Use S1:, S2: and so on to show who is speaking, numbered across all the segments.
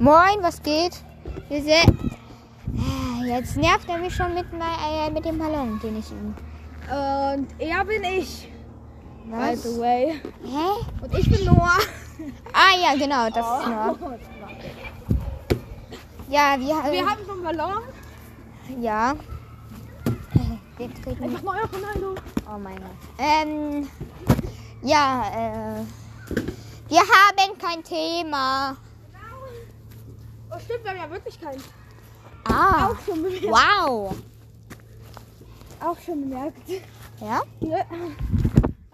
S1: Moin, was geht? Wir se- Ah, Jetzt nervt er mich schon mit, mei- äh, mit dem Ballon, den ich ihm.
S2: Und er bin ich, by
S1: Was?
S2: the way.
S1: Hä?
S2: Und ich bin Noah.
S1: Ah ja, genau, das ist Noah. Ja, wir,
S2: Wir haben schon Ballon.
S1: Ja. Den treten wir-
S2: Einfach neuer Ronaldo.
S1: Oh mein Gott. Ähm, ja, äh, wir haben kein Thema.
S2: Oh, stimmt, wir haben ja wirklich keinen.
S1: Ah,
S2: Auch schon bemerkt.
S1: wow.
S2: Auch schon bemerkt.
S1: Ja,
S2: Ja. Hab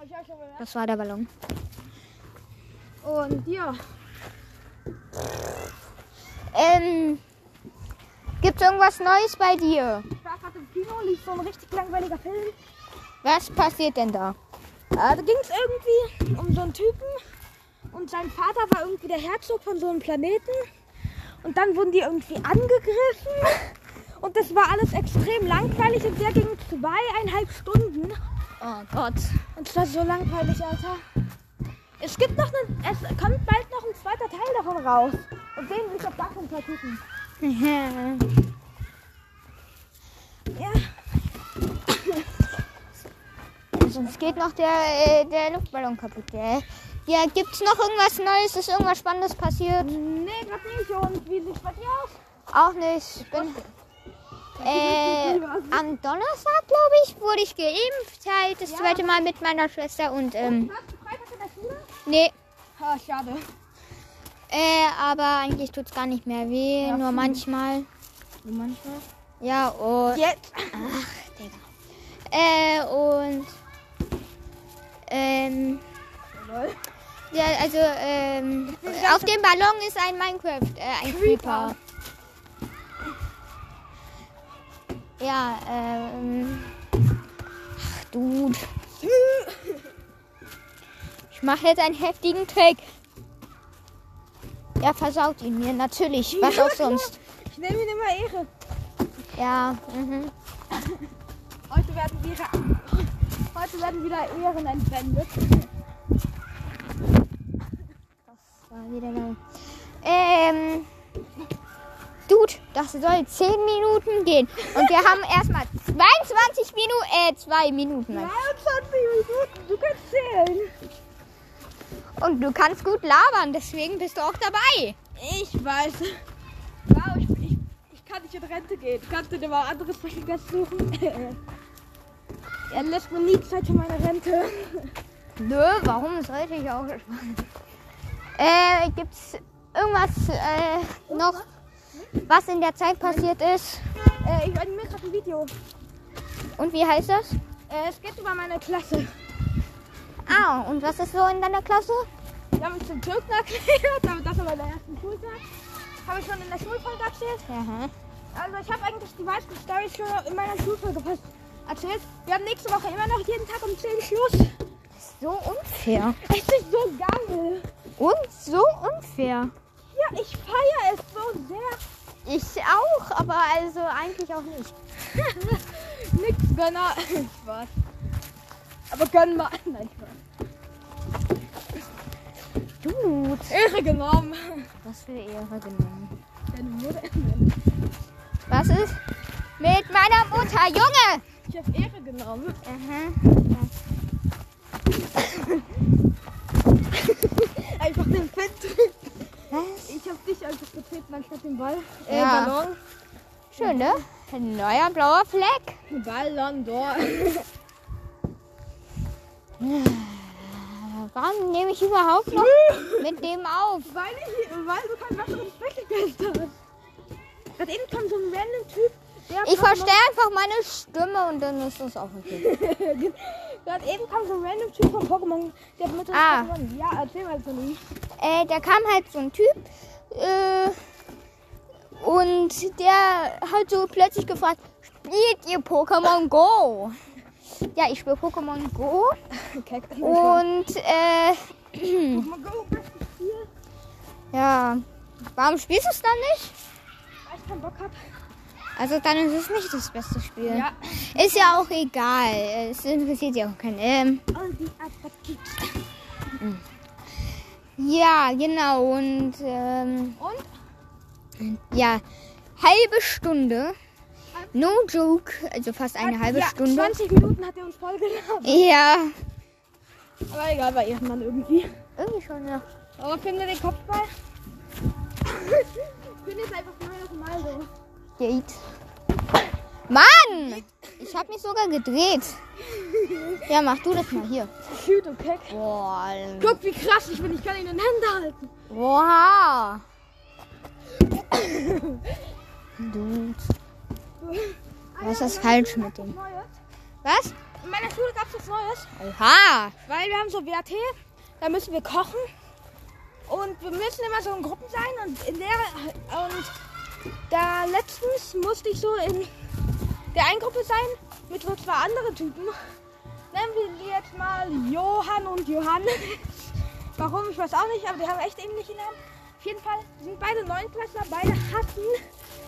S2: ich auch schon bemerkt.
S1: das war der Ballon.
S2: Und ja,
S1: Ähm, gibt's irgendwas Neues bei dir?
S2: ich war gerade im Kino, lief so ein richtig langweiliger Film.
S1: Was passiert denn da?
S2: Ah, Da ging es irgendwie um so einen Typen und sein Vater war irgendwie der Herzog von so einem Planeten. Und dann wurden die irgendwie angegriffen und das war alles extrem langweilig und der ging zweieinhalb Stunden.
S1: Oh Gott.
S2: Und das war so langweilig, Alter. Es gibt noch einen, es kommt bald noch ein zweiter Teil davon raus. Und den will ich auf gar keinen Fall gucken. Ja,
S1: Sonst geht noch der, äh, der Luftballon kaputt. Gell? Ja, gibt's noch irgendwas Neues? Ist irgendwas Spannendes passiert?
S2: nee, grad nicht. Und wie sieht's bei dir aus?
S1: Auch nicht. Ich bin, äh, am Donnerstag, glaube ich, wurde ich geimpft. Halt das zweite Mal mit meiner Schwester und, ähm,
S2: Warst du Freitag in der Schule?
S1: nee.
S2: Ah, schade.
S1: Äh, aber eigentlich tut's gar nicht mehr weh, nur manchmal.
S2: Manchmal.
S1: Ja, und.
S2: Jetzt.
S1: Äh, und. Ähm.
S2: Lol.
S1: Ja, also, ähm. Auf dem Ballon ist ein Minecraft, äh, ein Creeper. Ja, ähm. Ach, Dude. Ich mache jetzt einen heftigen Trick. Er versaut ihn mir, natürlich. Was auch sonst.
S2: Ich nehme ihn immer Ehre.
S1: Ja, mhm.
S2: Heute werden wieder, heute werden wieder Ehren entwendet.
S1: War wieder mal. Ähm. Dude, das soll 10 Minuten gehen. Und wir haben erstmal 22 Minuten, äh, 2 Minuten. Nein.
S2: 23 Minuten, du kannst zählen.
S1: Und du kannst gut labern, deswegen bist du auch dabei.
S2: Ich weiß. Wow, ich, ich, ich kann nicht in Rente gehen. Kannst du dir mal anderes Podcast suchen? Er lässt mir nie Zeit für meine Rente.
S1: Nö, warum sollte ich auch? Äh, gibt's irgendwas, äh, noch, was in der Zeit passiert ist?
S2: Äh, ich animiere gerade ein Video.
S1: Und wie heißt das?
S2: Äh, es geht über meine Klasse.
S1: Ah, und was ist so in deiner Klasse?
S2: Ich habe mich zum Türken erklärt, aber das war der ersten Schultag. Habe ich schon in der Schulfolge erzählt.
S1: Aha.
S2: Also ich habe eigentlich die meisten Storys schon in meiner Schulfolge fast erzählt. Wir haben nächste Woche immer noch jeden Tag um 10 Schluss.
S1: So unfair.
S2: Es ist so geil.
S1: Und so unfair.
S2: Ja, ich feiere es so sehr.
S1: Ich auch, aber also eigentlich auch nicht.
S2: Nix Gönner. Spaß. Aber können wir. Nein, Spaß.
S1: Dude.
S2: Ehre genommen.
S1: Was für Ehre genommen.
S2: Deine Mutter.
S1: Was ist? Mit meiner Mutter, Junge!
S2: Ich habe Ehre genommen. Einfach den Fit.
S1: Was?
S2: Ich habe dich einfach getreten anstatt den Ball.
S1: Ja.
S2: Äh, Ballon.
S1: Schön, ne? Ein neuer blauer Fleck.
S2: Ballon d'Or.
S1: Warum nehme ich überhaupt noch mit dem auf?
S2: Weil, ich, weil du keinen besseren Special-Guest hast. Gerade eben kam so ein random Typ, der...
S1: Ich verstehe einfach meine Stimme und dann ist das auch okay.
S2: Gerade eben kam so ein random Typ von Pokémon, der hat mit uns
S1: Ah.
S2: gewonnen. Ja, erzähl mal von ihm.
S1: Äh, da kam halt so ein Typ äh, und der hat so plötzlich gefragt, spielt ihr Pokémon Go? Ja, ich spiele Pokémon Go
S2: Okay,
S1: und äh,
S2: Pokémon Go, bestes Spiel.
S1: Ja, warum spielst du es dann nicht?
S2: Weil ich keinen Bock hab.
S1: Also dann ist es nicht das beste Spiel.
S2: Ja.
S1: Ist ja auch egal. Es interessiert ja auch keinen. Ähm,
S2: Und die Appetit.
S1: ja, genau. Und ähm,
S2: Und?
S1: ja, halbe Stunde. No joke, also fast eine halbe
S2: ja,
S1: Stunde.
S2: 20 Minuten hat er uns voll gelabert.
S1: Ja,
S2: Aber egal, war irgendwann irgendwie.
S1: irgendwie schon, ja.
S2: Aber finde den Kopfball. finde jetzt einfach mal Ronaldo.
S1: Gate. Mann! Ich hab mich sogar gedreht. Ja, mach du das mal hier.
S2: Shoot und Pack.
S1: Boah. Alter.
S2: Guck, wie krass ich bin. Ich kann ihn in den Händen halten.
S1: Oha. Dude. Was ist falsch mit dem?
S2: Neues.
S1: Was?
S2: In meiner Schule gab es was Neues.
S1: Oha.
S2: Weil wir haben so WAT, da müssen wir kochen. Und wir müssen immer so in Gruppen sein. Und in der und da letztens musste ich so in der einen Gruppe sein mit so zwei anderen Typen. Nennen wir die jetzt mal Johann und Johann. Warum, ich weiß auch nicht, aber die haben echt ähnliche Namen. Auf jeden Fall sind beide Neunklässler, beide hassen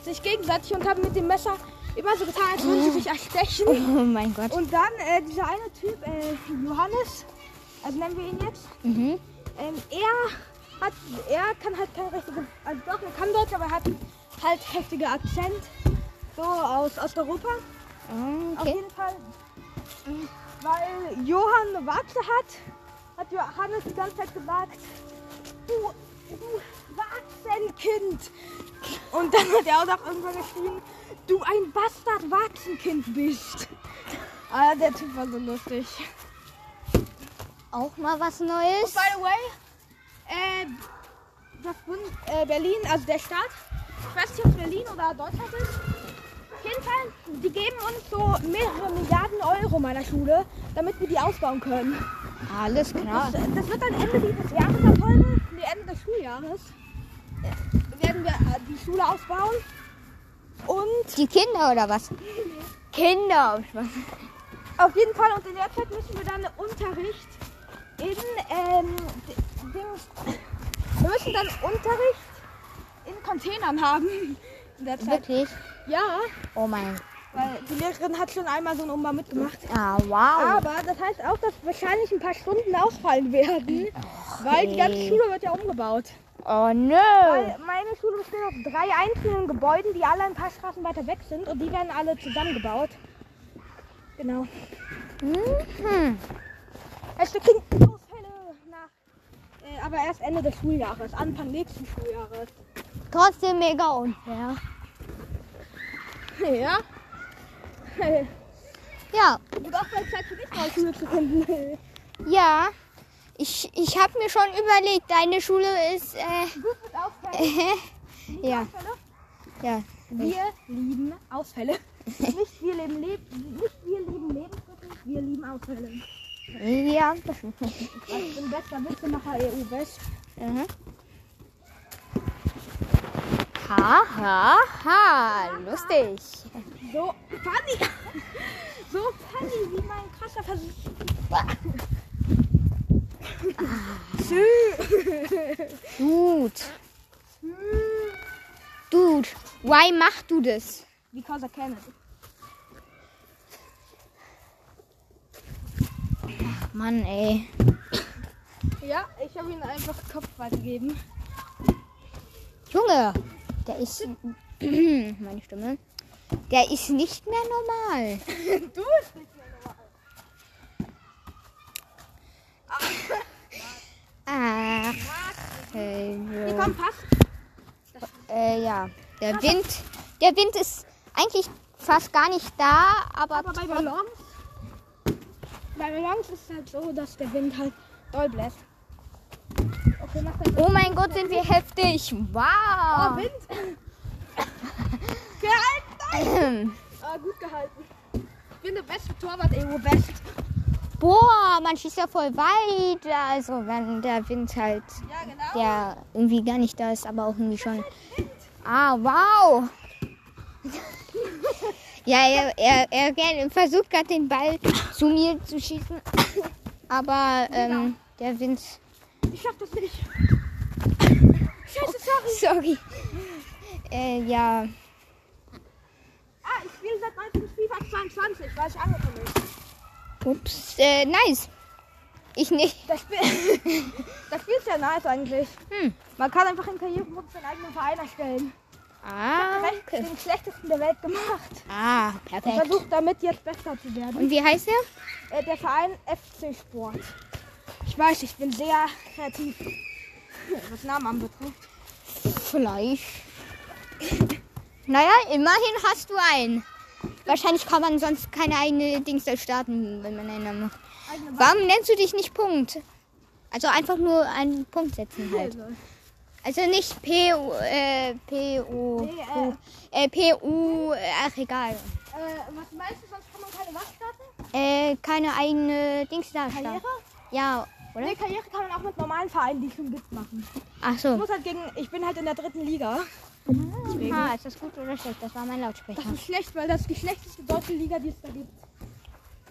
S2: sich gegenseitig und haben mit dem Messer immer so getan, als würden sie sich erstechen.
S1: Oh mein Gott.
S2: Und dann äh, dieser eine Typ, äh, Johannes, also nennen wir ihn jetzt,
S1: Mhm.
S2: ähm, er, hat, er kann halt kein richtiges, also doch, er kann Deutsch, aber er hat halt heftiger Akzent, so aus Osteuropa. Auf
S1: Ah, Okay.
S2: jeden Fall, ähm, weil Johann eine Watze hat, hat Johannes die ganze Zeit gesagt, du, du Watzenkind. Und dann hat er auch noch irgendwann geschrieben, du ein Bastard-Watzenkind bist. Ah, der Typ war so lustig.
S1: Auch mal was Neues.
S2: Und by the way, äh, das Bund, äh, Berlin, also der Staat, ich weiß nicht, ob Berlin oder Deutschland ist. Auf jeden Fall, die geben uns so mehrere Milliarden Euro meiner Schule, damit wir die ausbauen können.
S1: Alles klar.
S2: Das, das wird dann Ende dieses Jahres erfolgen, nee, Ende des Schuljahres. äh, Werden wir äh, die Schule ausbauen und
S1: Die Kinder oder was? Kinder.
S2: Auf jeden Fall und in der Zeit müssen wir dann Unterricht in ähm, D- Dings. Wir müssen dann Unterricht in Containern haben. In der Zeit.
S1: Wirklich?
S2: Ja,
S1: Oh mein.
S2: weil die Lehrerin hat schon einmal so einen Umbau mitgemacht.
S1: Ah, wow.
S2: Aber das heißt auch, dass wahrscheinlich ein paar Stunden ausfallen werden, weil die ganze
S1: ey.
S2: Schule wird ja umgebaut.
S1: Oh nö.
S2: Weil meine Schule besteht aus drei einzelnen Gebäuden, die alle ein paar Straßen weiter weg sind und die werden alle zusammengebaut. Genau.
S1: Mhm.
S2: Also wir kriegen Ausfälle nach, äh, aber erst Ende des Schuljahres, Anfang nächsten Schuljahres.
S1: Trotzdem mega unfair.
S2: Ja.
S1: Ja.
S2: Du brauchst mal Zeit für dich, neue Schule zu finden.
S1: Ja, ich, ich habe mir schon überlegt, deine Schule ist. Äh,
S2: Gut mit Ausfällen.
S1: ja,
S2: Ausfälle.
S1: Äh. ja.
S2: Wir lieben Ausfälle. Nicht wir leben Leben, nicht wir lieben Lebensmittel, wir lieben Ausfälle.
S1: Ja,
S2: Also ich bin bester Witzemacher EU West.
S1: Mhm. Ha, ha, ha. Lustig.
S2: So funny. So funny wie mein Ah. krasser Versuch.
S1: Dude. Dude, why machst du das?
S2: Because I can it.
S1: Mann, ey.
S2: Ja, ich habe ihn einfach Kopf weitergegeben.
S1: Junge, der ist. Meine Stimme. Der ist nicht mehr normal.
S2: Du bist nicht mehr normal.
S1: Ach, hey,
S2: Hier
S1: Junge.
S2: komm, passt.
S1: Also, Äh, ja. Der Wind, der Wind ist eigentlich fast gar nicht da, aber,
S2: Aber bei Ballons, bei Ballons ist es halt so, dass der Wind halt doll bläst. Okay, mach das.
S1: oh mein Gott, sind wir heftig.
S2: Oh,
S1: Wow.
S2: Wind! Gehalten! Ah, gut gehalten. Ich bin der beste Torwart EU West.
S1: Boah, man schießt ja voll weit. Also wenn der Wind halt,
S2: Ja, genau.
S1: der irgendwie gar nicht da ist, aber auch irgendwie schon. Ah, wow. Ja, er, er, er gern- versucht gerade den Ball zu mir zu schießen, aber ähm, der Wind.
S2: Ich schaff das nicht. Scheiße, sorry.
S1: Sorry. Äh, ja.
S2: Ah, ich spiele seit 19 FIFA 22, weil ich angekommen bin.
S1: Ups, äh, nice. Ich nicht.
S2: Das Spiel, das Spiel ist ja nice eigentlich.
S1: Hm.
S2: Man kann einfach im Karrieremodus seinen eigenen Verein erstellen.
S1: Ah,
S2: recht
S1: okay.
S2: den schlechtesten der Welt gemacht.
S1: Ah,
S2: Und
S1: perfekt.
S2: versucht damit jetzt besser zu werden.
S1: Und wie heißt er?
S2: Äh, der Verein FC Sport. Ich weiß, ich bin sehr kreativ, was Namen anbetrifft.
S1: Fleisch. Naja, immerhin hast du einen. Wahrscheinlich kann man sonst keine eigene Dings da starten, wenn man einen Namen macht.
S2: Eigene
S1: Warum nennst du dich nicht Punkt? Also einfach nur einen Punkt setzen halt.
S2: Wahl.
S1: Also nicht P, U, äh, P, U,
S2: Nee,
S1: U, äh, P, U, äh, ach egal.
S2: Äh, was meinst du, sonst kann man keine was starten?
S1: Äh, keine eigene Dings da starten.
S2: Karriere?
S1: Ja, oder?
S2: Nee, Karriere kann man auch mit normalen Vereinen, die es schon gibt, machen.
S1: Ach
S2: Ich
S1: so.
S2: muss halt gegen, ich bin halt in der dritten Liga.
S1: Ah, ist das gut oder schlecht? Das war mein Lautsprecher.
S2: Das ist schlecht, weil das ist die schlechteste deutsche Liga, die es da gibt.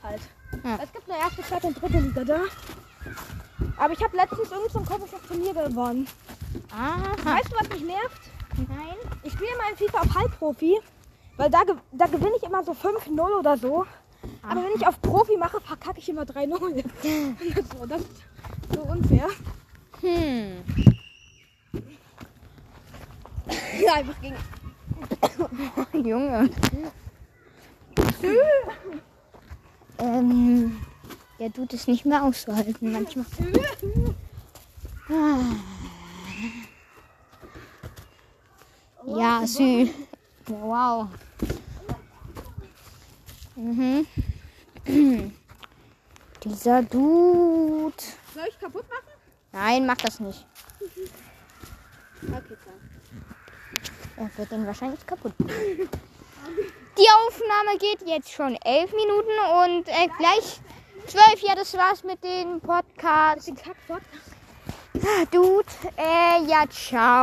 S2: Halt.
S1: Ja.
S2: Es gibt eine erste, zweite und dritte Liga da. Aber ich habe letztens irgend so ein komisches Turnier gewonnen.
S1: Aha.
S2: Weißt du, was mich nervt?
S1: Nein.
S2: Ich spiele immer in FIFA auf Halbprofi, weil da, ge- da gewinne ich immer so 5-0 oder so. Aber wenn ich auf Profi mache, verkacke ich immer 3-0. so, das ist so unfair.
S1: Hm.
S2: Einfach gegen.
S1: Junge. ähm, der tut es nicht mehr auszuhalten manchmal. Ah. Ja, süß. Wow. Mhm. Dieser Dude.
S2: Soll ich kaputt machen?
S1: Nein, mach das nicht.
S2: Okay, klar.
S1: Er wird ihn wahrscheinlich kaputt machen. Die Aufnahme geht jetzt schon elf Minuten und äh, gleich zwölf. Ja, das war's mit dem Podcast.
S2: Den Kack-Podcast.
S1: Dude, Ah, äh, ja, ciao.